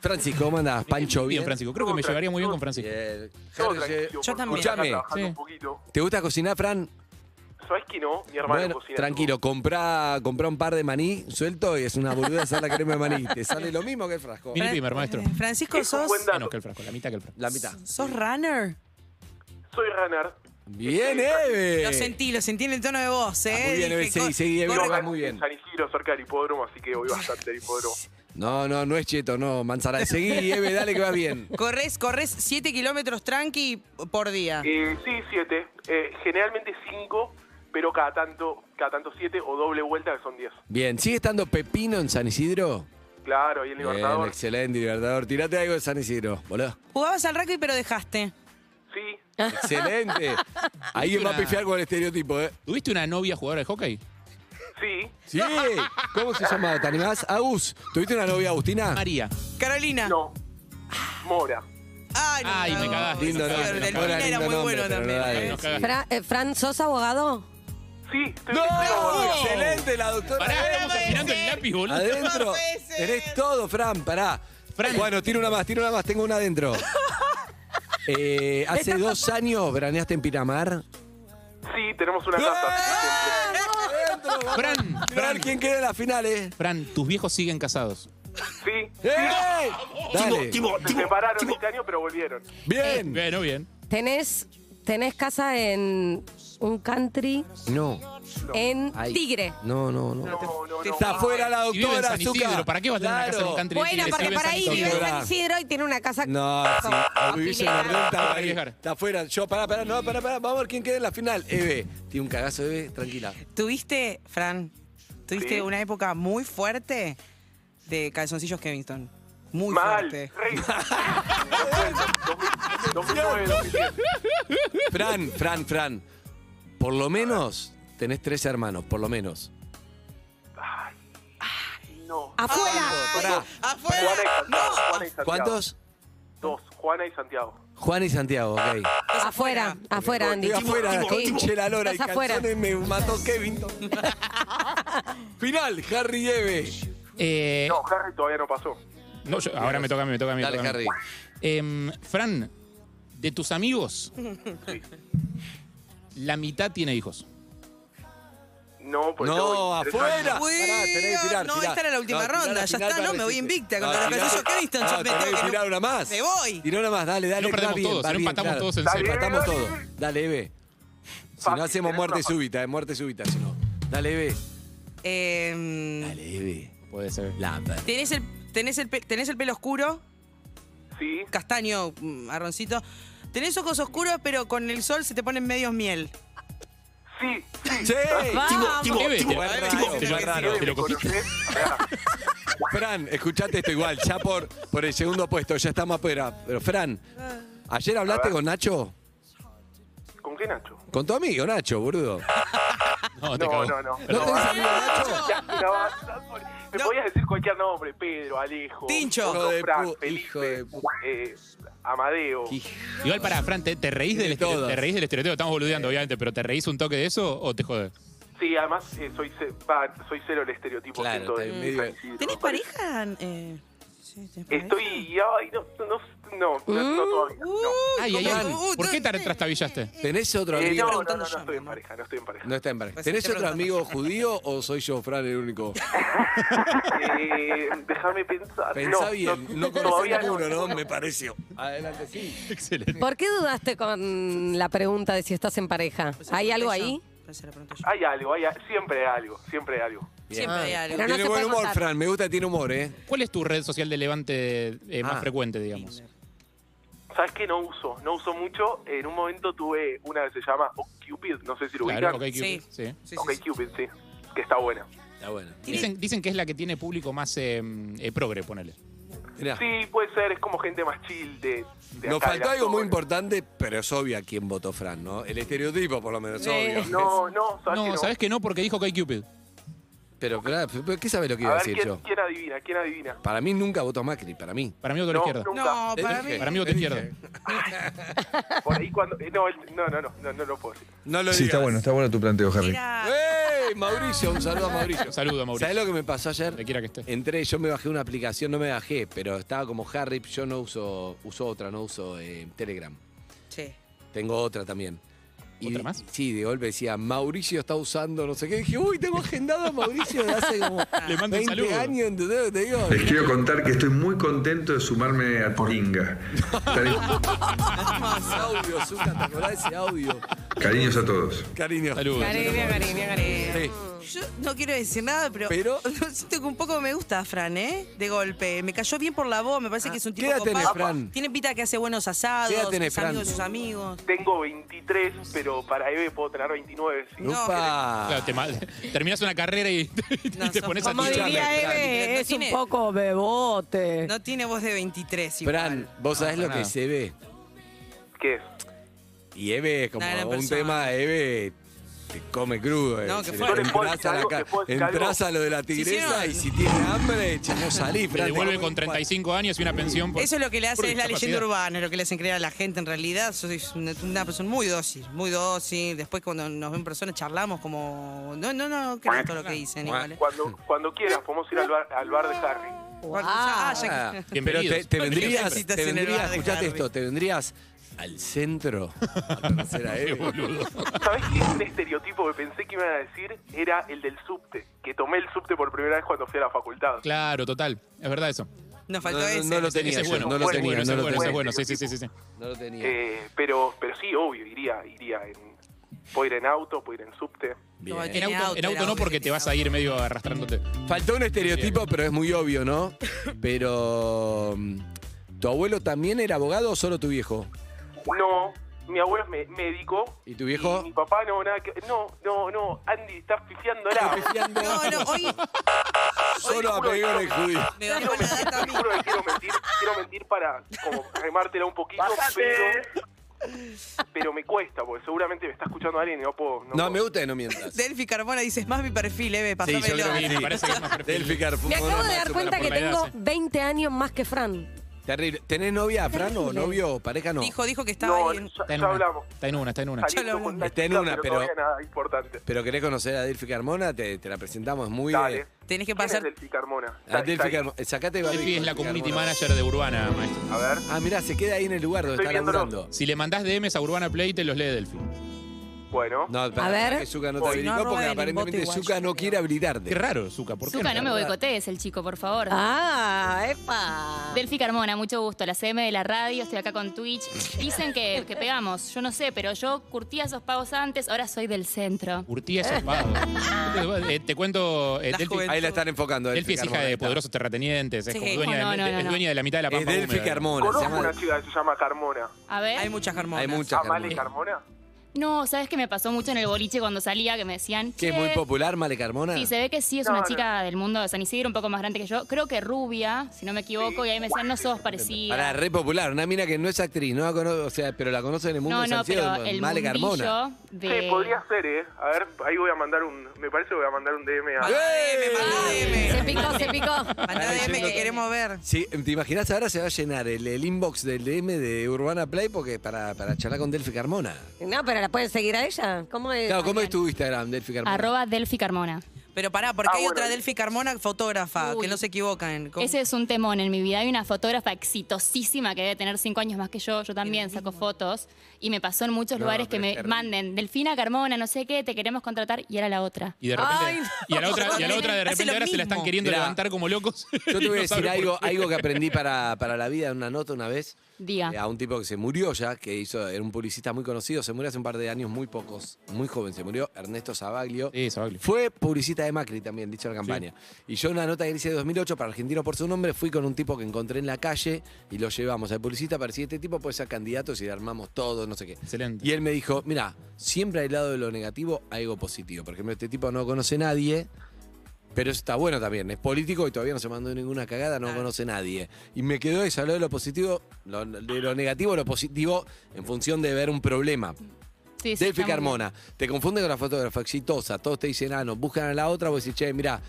D: Francisco, ¿cómo andás? Pancho,
F: Bien,
D: bien.
F: Francisco. Creo que me llevaría muy bien con Francisco.
D: Bien.
A: Todo
D: Harry,
A: tranquilo,
C: Yo
A: por
C: también.
A: suerte, acá
D: Escuchame.
A: trabajando
F: Sí.
A: un poquito.
D: ¿Te gusta cocinar, Fran?
A: ¿Sabes que no? Mi hermano
D: Bueno,
A: cocina.
D: tranquilo, comprá, comprá un par de maní suelto y es una boluda hacer la crema de maní. Te sale lo mismo que el frasco.
F: Mini primer, maestro.
C: Eh, Francisco,
A: Es un
C: sos,
A: buen dato.
F: Menos que el frasco, la mitad que el frasco.
D: La mitad.
C: sos runner.
A: Soy runner.
D: Bien, ¿eh?
C: Lo
D: Eve.
C: sentí, lo sentí en el tono de voz, ¿eh?
D: Ah, muy bien,
C: Dije,
D: Eve, seguí,
C: co-
D: seguí, Eve,
C: corre-
D: va muy bien.
A: En San Isidro, cerca del hipódromo, así que voy bastante al hipódromo.
D: No, no, no es cheto, no, manzana. Seguí, Eve, dale que va bien.
C: Corres, corres 7 kilómetros tranqui por día.
A: Eh, sí, siete. Eh, generalmente cinco, pero cada tanto, cada tanto siete o doble vuelta que son diez.
D: Bien, ¿sigue estando Pepino en San Isidro?
A: Claro, ahí el
D: Bien,
A: Libertador.
D: excelente, Libertador. Tirate algo de San Isidro, boludo.
C: Jugabas al rugby pero dejaste.
A: Sí.
D: Excelente. Alguien va a pifiar con el estereotipo, ¿eh?
F: ¿Tuviste una novia jugadora de hockey?
A: Sí.
F: [laughs]
D: Sí. ¿Cómo se llama? ¿Te animás? Agus, ¿tuviste una novia Agustina?
F: María.
C: Carolina.
A: No. Mora.
C: Ay, no,
F: Ay, me
C: no.
F: cagaste.
D: Lindo
F: Sí,
D: nombre.
F: el
D: nos
F: del
D: cobra
F: Pina
C: era
D: lindo
C: muy
D: nombre,
C: bueno
D: pero no
C: también,
D: dale,
C: ¿eh?
F: Nos
D: sí.
F: cagaste.
G: Fra- eh, Fran, ¿sos abogado?
A: Sí, estoy
D: ¡No!
A: estoy-
D: ¡Excelente! La doctora
F: Pará, estamos
D: Eve.
F: afinando el lápiz, boludo.
D: Adentro. Tenés todo, Fran, pará. Bueno, tira una más, tira una más, tengo una
G: [laughs]
D: adentro. Eh, hace dos años veraneaste en Pinamar.
A: Sí,
D: [laughs]
A: tenemos una casa.
D: Adentro, vamos.
F: Fran,
D: Mirá
F: Fran.
D: a ver quién queda en la final, eh.
F: Fran, tus viejos siguen casados.
A: Sí.
D: ¡Eh! Dale.
A: Se separaron este año, pero volvieron.
D: Bien.
F: Eh, Bueno, bien.
G: ¿Tenés, tenés casa en un country
D: No,
G: en
D: Ay.
G: Tigre?
D: no, no, no.
A: No, no, no.
D: Está fuera la
F: Si vive en
D: doctora,
F: San Isidro,
D: Azúcar.
F: ¿para qué va a tener una casa en un country? de
G: Bueno,
F: Tigre? Si
G: porque
F: vive en
G: por
F: San
G: ahí
F: Isidro.
G: vive en
D: Isidro.
G: San Isidro y tiene una casa.
D: No, sí, o vivís en
G: afilada.
D: Orden, está ahí,
F: Arriesgar.
D: Está afuera. Yo, pará, pará, no, pará, pará. Vamos a ver quién queda en la final. Eve, tiene un cagazo, Eve, tranquila.
C: [laughs] Tuviste, Fran, tuviste
A: Sí.
C: una época muy fuerte de calzoncillos Kevinston. Muy
A: Mal.
C: fuerte.
A: Rey. 2009, 2010.
D: Fran, Fran, Fran. Por lo menos tenés tres hermanos, por lo menos.
A: No.
G: Afuera.
D: Pará.
C: ¡Afuera!
A: Juana y Santiago. Juana y Santiago.
D: ¿Cuántos?
A: Dos. Juana y Santiago.
D: Juan y Santiago, ok.
C: Ah,
G: Afuera, afuera, Andy.
D: Estoy afuera, la
G: Sí.
D: concha de la lora. El
G: Estás afuera.
D: calzón me mató Kevin. Final, Harry y Eve.
F: Eh,
A: No, Harry todavía no pasó.
F: no, yo- ahora me toca a mí, me toca a mí. me
D: Dale,
F: toca a mí.
D: Harry.
F: Em, Fran, de tus amigos, la mitad tiene hijos.
A: No, pues
D: No, afuera.
C: Uy,
D: Pará, tenés que tirar,
C: Ah, no,
D: tirá.
C: esta era la última
D: tirá
C: ronda, ya
D: final
C: está,
D: para
C: no, me voy
D: resistir.
C: invicta contra los
D: tirá. Ah,
C: calzones Kevinston, yo me
D: tenés
C: tengo
D: que
C: que-
D: tirar una más.
C: Me voy.
D: Tirá una más, dale, dale.
F: No
D: va
F: perdemos
D: bien,
F: todos,
D: va
F: si no
D: bien,
F: empatamos
D: claro.
F: todos en
D: Si
F: cero.
D: Empatamos todos. Dale, Eve. Si
A: Fácil,
D: no hacemos
A: tenés
D: muerte
A: una fácil.
D: súbita, eh, muerte súbita, si no. Dale, Eve.
C: Em,
D: Dale, Eve.
F: Puede ser.
D: Lambert.
C: tenés, el, tenés, el, pe- tenés el pelo oscuro,
A: Sí,
C: castaño, mm, marroncito. Tenés ojos oscuros, pero con el sol se te ponen medios miel.
A: sí, sí.
D: ¡Sí!
F: Eve, te-
D: Fue raro,
F: tipo,
D: fue
F: te lo-
D: raro.
F: te lo cogiste.
D: [laughs] Fran, escuchate esto igual, ya por, por el segundo puesto, ya estamos afuera. Pero Fran, ¿ayer hablaste con Nacho?
A: ¿Con qué Nacho?
D: Con tu amigo, Nacho, burdo.
F: No, te
A: No,
F: cagó.
A: no, no.
D: ¿No tenés amigo Nacho?
A: Ya, no, no, [laughs] Me podías decir cualquier nombre, Pedro, Alejo,
C: Tincho.
A: Otto,
D: Hijo de
A: Fran,
D: pu-
A: Felipe,
D: hijo de pu-
A: eh, Amadeo.
F: Igual para Fran, ¿te, te reís del
D: De
F: estere-
D: todas.
F: te reís del estereotipo? Estamos boludeando, obviamente, pero ¿te reís un toque de eso o te jode?
A: Sí, además eh, soy, ce- va, soy cero el estereotipo.
D: Claro,
A: siento,
D: está
A: de-
D: en medio.
A: de San Isidro,
C: ¿Tenés
A: me parece.
C: pareja? Eh, sí, ¿tenés pareja?
A: Estoy. Ay, no, no, no, no, no todavía. No.
F: Ay, ay,
C: ¿cómo?
F: ay.
C: Uh,
F: ¿Por
C: tú-
F: qué te trastabillaste?
D: ¿Tenés otro
A: Eh,
D: amigo?
A: no, no, no,
C: preguntando
A: no
C: yo,
A: estoy en
C: mi amor.
A: pareja, no estoy en pareja.
D: No está en pareja.
C: Pues
D: ¿Tenés
C: estoy
D: otro
C: preguntando.
D: amigo judío o soy yo, Fran, el único?
A: Eh, déjame pensar.
D: Pensá
A: no,
D: bien, no,
A: todavía
D: conocés ninguno,
A: no.
D: ¿no? Me pareció. Adelante, sí.
F: Excelente.
G: ¿Por qué dudaste con la pregunta de si estás en pareja?
C: Pues se la
G: ¿Hay
C: pregunté
G: algo
C: yo,
G: ahí?
C: pues se la pregunté yo.
A: Hay algo, hay, a- siempre hay algo, siempre hay algo.
C: Siempre hay
G: Ah,
C: algo.
G: pero no
D: tiene
G: se
D: buen
G: puede
D: humor,
G: contar.
D: Fran. Me gusta, tiene humor, ¿eh?
F: ¿Cuál es tu red social de Levante eh, más
D: Ah.
F: frecuente, digamos?
A: ¿Sabes qué? No uso, no uso mucho. En un momento tuve una que se llama OkCupid, no sé si lo ubican.
F: Claro, ok,
C: Sí.
F: sí.
C: Sí, sí, sí.
A: OkCupid, sí. Que está buena.
D: Está bueno.
F: Dicen, dicen que es la que tiene público más eh, eh, progre, ponele.
D: Mirá,
A: Sí, puede ser, es como gente más chill de. de
D: nos
A: acá de
D: faltó
A: la
D: algo muy
A: zona.
D: importante, pero es obvio a quién votó Fran, ¿no? El estereotipo, por lo menos, es
G: Eh.
D: obvio. [laughs]
A: No, no, ¿sabes
F: No,
A: no?
F: ¿sabés que no? Porque dijo que Cupid.
D: Pero claro, pero ¿qué sabes lo que
A: A
D: iba a
A: ver
D: decir
A: quién,
D: yo?
A: quién adivina, quién adivina.
D: Para mí nunca votó Macri, para mí.
F: Para mí, otro
A: No,
F: izquierda.
A: nunca.
C: No,
D: Te
C: para
D: dije.
C: mí.
F: Para mí, otro
D: Te
F: izquierda.
D: dije.
A: Por ahí cuando. eh, No, el- no, no, no, no, no lo puedo decir.
D: No lo
I: Sí, está
D: digas.
I: bueno, está bueno tu planteo, Harry.
C: Era-
D: ¡Ey! Mauricio, un saludo a Mauricio.
F: Un saludo, Mauricio.
D: ¿Sabés lo que me pasó ayer?
F: Donde quiera que esté.
D: Entré, yo me bajé una aplicación, no me bajé, pero estaba como Harry, yo no uso, uso otra, no uso eh, Telegram.
C: Che.
D: Tengo otra también. Y,
F: ¿Otra más?
D: Sí, de golpe decía, Mauricio está usando no sé qué. Y dije, uy, tengo agendado a Mauricio de hace como
F: Le mando un
D: 20
F: saludo.
D: años, ¿entendés lo que te digo?
N: Les
D: [laughs]
N: quiero contar que estoy muy contento de sumarme a Poringa.
D: Más audio, Zucca, ¿te acordás de ese audio?
N: Cariños a todos.
D: Cariño.
F: Saludos.
G: Cariño, cariño, cariño.
D: Sí.
C: Yo no quiero decir nada, pero, [laughs]
D: Pero-
C: siento que un poco me gusta Fran, ¿eh? De golpe. Me cayó bien por la voz, me parece que es un tipo
D: Ah, ¿Qué edad tenés,
C: copado.
D: Fran?
C: Tiene pita que hace buenos asados,
D: ¿Qué edad tenés,
C: es amigo
D: Fran?
C: de sus amigos.
A: Tengo 23, pero para Eve puedo tener 29. sí.
C: No,
F: Claro,
D: Upa.
F: te mal- [laughs] terminás una carrera y, [laughs] y
C: No,
F: te
C: sos-
F: pones a
G: Como
D: Escuchame,
F: tirar.
G: diría
D: Fran.
G: Eve, es
C: No
G: un
C: tiene-
G: poco bebote.
C: No tiene voz de 23 igual.
D: Fran, vos sabés lo
C: Ah.
D: que se ve.
A: ¿Qué es?
D: Y Eve, como
C: Dale,
D: un
C: persona.
D: tema, Eve te come crudo. eh.
C: No, que
D: Se le-
C: fuerte.
D: Entrás, a, la
A: Algo que
D: ca-
A: puedes decir,
D: entrás
A: algo.
D: a lo de la tigresa
C: sí,
D: y si tiene hambre, che, no salí,
F: Te
D: Fran. te
F: devuelve
D: come
F: con
D: un pa-
F: 35 años y una pensión por
C: Eso es lo que le
F: por
C: hace, es la
F: discapacidad.
C: leyenda urbana, es lo que le hacen creer a la gente en realidad. Soy una, una persona muy dócil, muy dócil. Después cuando nos ven personas charlamos como... No, no, no, creo todo lo que dicen igual. ¿eh?
A: Cuando, cuando quieras, podemos ir al bar, al bar de Harry.
C: Ah, ya
D: Ah,
C: que-
D: Pero
F: Bienvenidos.
D: te, te vendrías,
C: Bienvenidos.
D: te
C: En el
D: vendrías,
C: bar de
D: escuchate
C: Harvey.
D: esto, te vendrías
F: [laughs]
D: al centro a conocer a Eve.
A: ¿Sabés qué? Un estereotipo que pensé que me iban a decir era el del subte. Que tomé el subte por primera vez cuando fui a la facultad.
F: Claro, total. Es verdad eso.
C: Nos
D: No,
C: faltó
D: no,
C: ese.
D: no lo tenía
F: Ese es
D: yo,
F: bueno.
D: no lo
F: ese es
D: tenía,
F: bueno,
D: no
F: ese es
D: lo
F: bueno, ese es
D: tenía.
F: bueno. Sí, sí, sí, sí, sí.
D: No lo tenía.
A: Eh, pero, pero sí, obvio, iría, iría en... Puedo ir en auto, puedo ir en subte.
D: Bien.
C: No,
F: En
C: Tiene
F: auto,
C: auto,
F: en auto
C: era
F: no
C: obvio
F: porque
C: que
F: te vas a
C: tenía
F: ir medio arrastrándote.
D: Faltó un estereotipo, pero es muy obvio, ¿no? Pero... mm, ¿Tu abuelo también era abogado o solo tu viejo?
A: No, mi abuelo es me- médico.
D: ¿Y tu viejo?
A: y mi papá no, nada que... No, no, no, Andy, estás pifiándola.
C: No, no, hoy
D: Solo apellido de judío.
C: me dejó la data a mí.
A: Te juro que quiero mentir, quiero mentir para como remártela un poquito, pero... Pero me cuesta, porque seguramente me está escuchando alguien y no puedo...
D: No, me gusta que no
A: [laughs]
D: mientas.
C: Delphi Carbona dice, es más mi perfil, eh, Eve,
D: Sí, yo
C: pasámelo.
D: creo que
F: Me
D: sí.
F: parece que es más perfil.
D: Delphi Carfo-
G: Me acabo
D: Bueno,
G: de
D: más
G: dar
D: o
G: cuenta
D: menos
G: que
D: por la
G: tengo
F: edad, sí.
G: 20 años más que Fran.
D: edad. Terrible. ¿Tenés novia, Fran, o novio, o pareja no?
C: Dijo, dijo que estaba
A: No,
C: ahí en-
A: ya,
F: Está en
A: ya
F: una.
A: hablamos.
F: Está en una, está en una.
A: Saliendo
C: Ya lo
A: con
C: hablamos.
A: una
D: Está en
A: chica,
D: una,
A: pero... todavía
D: pero-
A: nada importante.
D: Pero querés conocer a Delphi Carmona, te, te la presentamos, es muy...
A: Dale.
D: eh,
C: tenés que
A: ¿Quién es
C: pasar... Ah,
A: Delphi Carmona?
D: a
A: Está- está
D: Delphi
A: ahí.
D: Carmona. Sacate barbijo,
F: Delphi es la
D: Delphi
F: community
D: Carmona.
F: manager de Urbana, maestro.
A: A ver.
D: Ah, mirá, se queda ahí en el lugar donde
A: Estoy
D: está
A: viéndolo.
D: laburando.
F: Si le mandás DMs a Urbana Play, te los lee Delphi.
A: Bueno.
D: No, para,
G: A ver.
D: que Zuka no te
A: Si no,
D: habilitó
C: arroba
D: porque
C: el
D: aparentemente
C: inbote igual,
D: Zuka no
C: yo creo.
D: quiere habilitarte.
F: Qué raro, Zuka. ¿Por qué?
O: Zuka, no me
D: verdad.
O: boicotees el chico, por favor.
G: Ah, epa.
O: Delphi Carmona, mucho gusto. La CM de la radio, estoy acá con Twitch. Dicen que, que pegamos, yo no sé, pero yo curtía esos pagos antes, ahora soy del centro.
F: Curtía esos pagos. Eh, te cuento, eh,
C: La
F: Delphi,
C: juventud.
D: Ahí la están enfocando.
F: Delphi es hija
D: Carmona, ahí
F: de
D: está.
F: poderosos terratenientes. Es
C: Sí.
F: como dueña,
O: No,
F: de,
O: no, no,
F: es
O: no.
F: dueña de la mitad de la
D: Es
F: pampa
D: Delphi
F: húmeda.
D: Carmona. se
A: Conozco
D: llama-
A: una chica que se llama Carmona.
O: A ver.
C: Hay muchas Carmonas.
D: Hay muchas
A: ¿Amale
D: Carmona.
A: Ah, Carmona?
O: No, ¿sabes qué me pasó mucho en el boliche cuando salía? Que me decían.
D: Que es
O: "Che,
D: muy popular, Male Carmona.
O: Sí, se ve que sí es
A: No,
O: una
A: no.
O: chica del mundo de San Isidro, un poco más grande que yo. Creo que rubia, si no me equivoco,
A: Sí.
O: y ahí me decían, no sos parecida.
D: Para, re popular. Una mina que no es actriz, no la cono- o sea, pero la conoce en el mundo
O: no,
D: de San
O: no,
D: Ciego,
O: pero el
D: Male Carmona.
O: mundillo de...
A: Sí, podría ser, ¿eh? A ver, ahí voy a mandar un... Me parece que voy a mandar un DM a...
D: ¡Ey!
G: Se
C: Mandá DM,
G: picó, se picó.
C: mandá DM que queremos ver.
D: Sí, ¿te imaginas ahora se va a llenar el, el inbox del DM de Urbana Play porque para, para charlar con Delphi Carmona?
G: No, pero la pueden seguir a ella. ¿Cómo es?
D: Claro, ¿cómo es tu Instagram, Delphi Carmona?
O: Arroba Delphi Carmona.
C: Pero pará, porque
A: Ah,
C: hay
A: bueno.
C: otra Delphi Carmona fotógrafa,
O: Uy.
C: que no se equivocan. Con-
O: Ese es un temón en mi vida. Hay una fotógrafa exitosísima que debe tener cinco años más que yo. Yo también saco fotos. Y me pasó en muchos
D: No,
O: lugares que
D: pero es
O: me
D: terrible.
O: manden, Delfina Carmona, no sé qué, te queremos contratar. Y era la otra.
F: Y de repente, Este, y a la otra, y a la otra de
C: Hace
F: repente
C: lo
F: ahora se la
C: mismo.
F: están queriendo
D: Mirá,
F: levantar como locos. [laughs]
D: Yo te voy a
F: No saben
D: decir
F: por
D: algo,
F: qué.
D: algo que aprendí para, para la vida en una nota una vez.
O: Diga.
D: Eh, A un tipo que se murió ya, que hizo, era un publicista muy conocido, se murió hace un par de años, muy pocos, muy joven, se murió Ernesto Sabaglio.
F: Sí, Sabaglio.
D: Fue publicista de Macri también, dicho la campaña. Y yo en una nota que hice de 2008 para Argentino por su nombre, fui con un tipo que encontré en la calle y lo llevamos. El publicista parecía este tipo, puede ser candidato si le armamos todo, no sé qué.
F: Excelente.
D: Y él me dijo, mira, siempre al lado de lo negativo hay algo positivo. Por ejemplo, este tipo no conoce a nadie, pero eso está bueno también. Es político y todavía no se mandó ninguna cagada, no conoce a nadie. Y me quedó eso, habló de lo positivo, lo- de lo negativo, lo positivo, en función de ver un problema.
O: Sí, sí,
D: Delphi
O: está muy
D: Carmona, te confunde con la fotógrafa exitosa, todos te dicen, ah, no, buscan a la otra, vos decís, che, mira,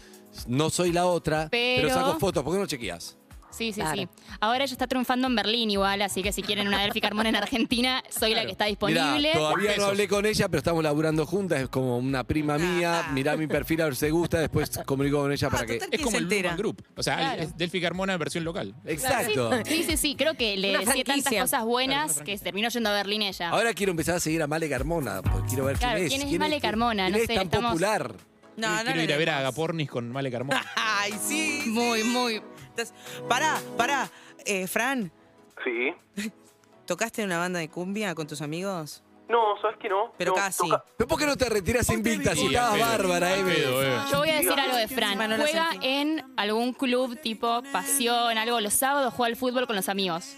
D: no soy la otra, pero,
O: Pero-
D: saco fotos, ¿por qué no chequeas?
O: bien. Sí, sí,
G: Claro.
O: sí. Ahora ella está triunfando en Berlín igual, así que si quieren una Delphi Carmona en Argentina, soy la que está
D: Mirá,
O: disponible.
D: todavía no hablé con ella, pero estamos laburando juntas, es como una prima mía. Mirá mi perfil a ver si te gusta, después comunico con ella para que.
F: Es como el Luman Group. O sea,
O: Claro.
F: es Delphi Carmona en versión local.
D: Exacto.
O: Sí, sí, sí, creo que le
G: Una
O: decía tantas
G: franquicia.
O: cosas buenas que terminó yendo a Berlín ella.
D: Ahora quiero empezar a seguir a Male Carmona, porque quiero ver
O: Claro,
D: quién es.
O: ¿quién es Male Carmona?
D: quién
O: No
D: es
O: sé,
D: tan
O: estamos-
D: popular.
G: Eh,
C: No, Ah, no Ah.
F: Quiero
C: lo [laughs]
F: ir a ver a Agapornis con Male Carmona.
C: Ay, sí. Muy, muy. Entonces, pará, pará. Eh, Fran,
A: Sí.
C: [laughs] ¿tocaste en una banda de cumbia con tus amigos?
A: No, ¿sabes que no?
C: Pero
A: No,
C: casi.
A: toca-
D: ¿Pero por qué no te retiras invicta? Si
F: Sí,
D: estabas
F: al pedo,
D: bárbara,
F: al
D: Eve.
F: pedo, Eve.
O: Yo voy a decir algo de Fran.
C: Encima no la
O: Juega
C: sentí.
O: en algún club tipo pasión, algo. Los sábados juega al fútbol con los amigos.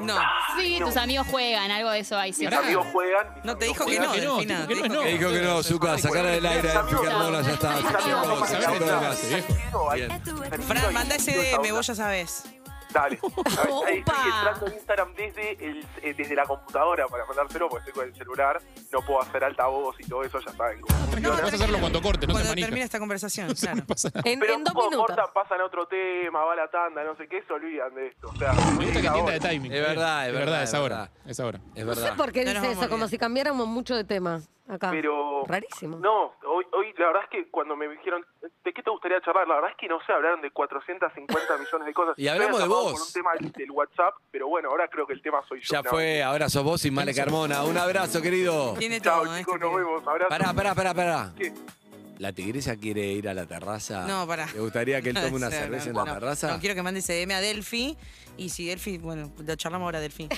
C: No.
O: Sí, tus amigos juegan, algo de eso ahí sí.
A: Mis amigos juegan. mis
C: No, te dijo
A: amigos juegan.
C: que no,
F: que no,
C: Delfina.
F: que
C: te
F: no,
C: dijo
F: no.
D: Te dijo que no, Zuka, sacala del aire a Delphi Carmona, ya está.
A: Mis amigos
D: Sabe
A: no
D: todo
A: saben
D: lo que
A: nada.
D: hace, viejo.
A: Quiero ahí-
D: Bien.
C: Fran, manda ese DM, vos ya sabés.
A: Dale. A ver, ahí Estoy
G: Opa.
A: entrando en Instagram desde, el, eh, desde la computadora para mandárselo, porque estoy con el celular. No puedo hacer altavoz y todo eso, ya saben cómo
F: No,
A: funciona.
F: vas a hacerlo cuando cortes, no te
C: Cuando
F: manijas.
C: termine esta conversación, claro.
F: Pasa nada.
G: En,
A: Pero
G: en dos
A: tipo,
G: minutos.
A: cortan, pasan a otro tema, va la tanda, no sé qué, se olvidan de esto. O sea,
F: Me gusta que
A: ahora.
F: entienda de timing.
D: Es verdad, es verdad,
F: Es
D: es
F: ahora.
D: verdad.
F: Es ahora.
D: Es
G: No sé
D: verdad.
G: por qué
C: No nos
G: dice
C: vamos
G: eso, como
C: bien.
G: si cambiáramos mucho de tema acá.
A: Pero.
G: Rarísimo.
A: No, hoy, hoy la verdad es que cuando me dijeron, ¿de qué te gustaría charlar? La verdad es que no sé, hablaron
D: [laughs]
A: de 450 millones de cosas.
D: Y hablamos de
A: Yo había llamado
D: vos.
A: Por un tema del WhatsApp, pero bueno, ahora creo que el tema soy yo.
D: Ya
A: No.
D: fue, ahora sos vos y Male Carmona. Un abrazo, querido.
C: Tiene
A: Chao,
G: este?
C: todo, ¿eh?
A: chicos, nos vemos. Abrazo.
D: Pará, pará, pará, pará.
A: ¿Qué?
D: La tigresa quiere ir a la terraza.
C: No, pará.
D: ¿Te gustaría
C: [laughs]
D: que él tome una
C: No, no,
D: cerveza en
C: no,
D: la
C: no.
D: terraza?
C: No, quiero que mande ese DM a Delphi. Y si Delphi, bueno, lo charlamos ahora,
D: [laughs]
C: Delphi.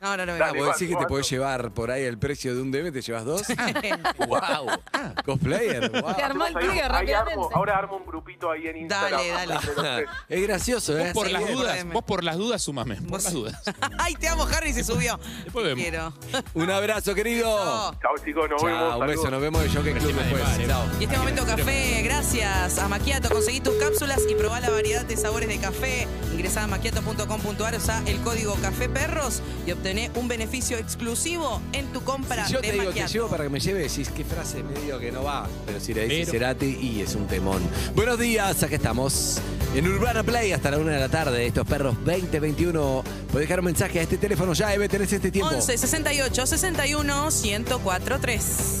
C: No, no, no me
A: Dale,
D: ¿Vos
A: Igual,
D: decís que te
A: igual.
D: podés llevar por ahí el precio de un DM? ¿Te llevas
C: [laughs]
D: dos?
C: va. [laughs]
D: ¡Wow!
A: [laughs]
D: Cosplayer, wow.
G: Te armó el
A: Ahí-
G: trigger
A: ahí armo-
G: rápidamente.
A: ahora armo un grupito ahí en Instagram.
C: dale.
A: Entonces,
D: [laughs] Es gracioso,
F: Vos
D: ¿eh?
F: por
C: Sí,
F: las
C: bien,
F: dudas,
C: poneme.
F: vos por las dudas sumame. Por
C: Vos-
F: las dudas.
C: Ay, te amo, Harry, se subió.
F: Después
C: Te
F: vemos.
C: Quiero.
D: Un abrazo, querido.
C: No.
A: Chao, chicos, nos vemos.
D: Chao, un beso,
A: saludos.
D: nos vemos en Jockey Club
F: Encima de
D: después.
F: mar, eh.
D: Chao.
C: Y este momento café, gracias a Maquiato. Conseguí tus cápsulas y probá la variedad de sabores de café. Ingresá a maquiato.com.ar, usá el código Café Perros y obtené un beneficio exclusivo en tu compra
D: Si yo
C: de
D: te digo, te
C: Macchiato.
D: llevo para que me lleve, decís qué frase medio que no va. Pero si le dices
F: Pero-
D: Cerati y es un temón. Buenos días, acá estamos. En Urbana Play hasta la una de la tarde, estos perros 2021. Podés dejar un mensaje a este teléfono ya, Eve, tenés este tiempo.
C: 11 68 61 104 3.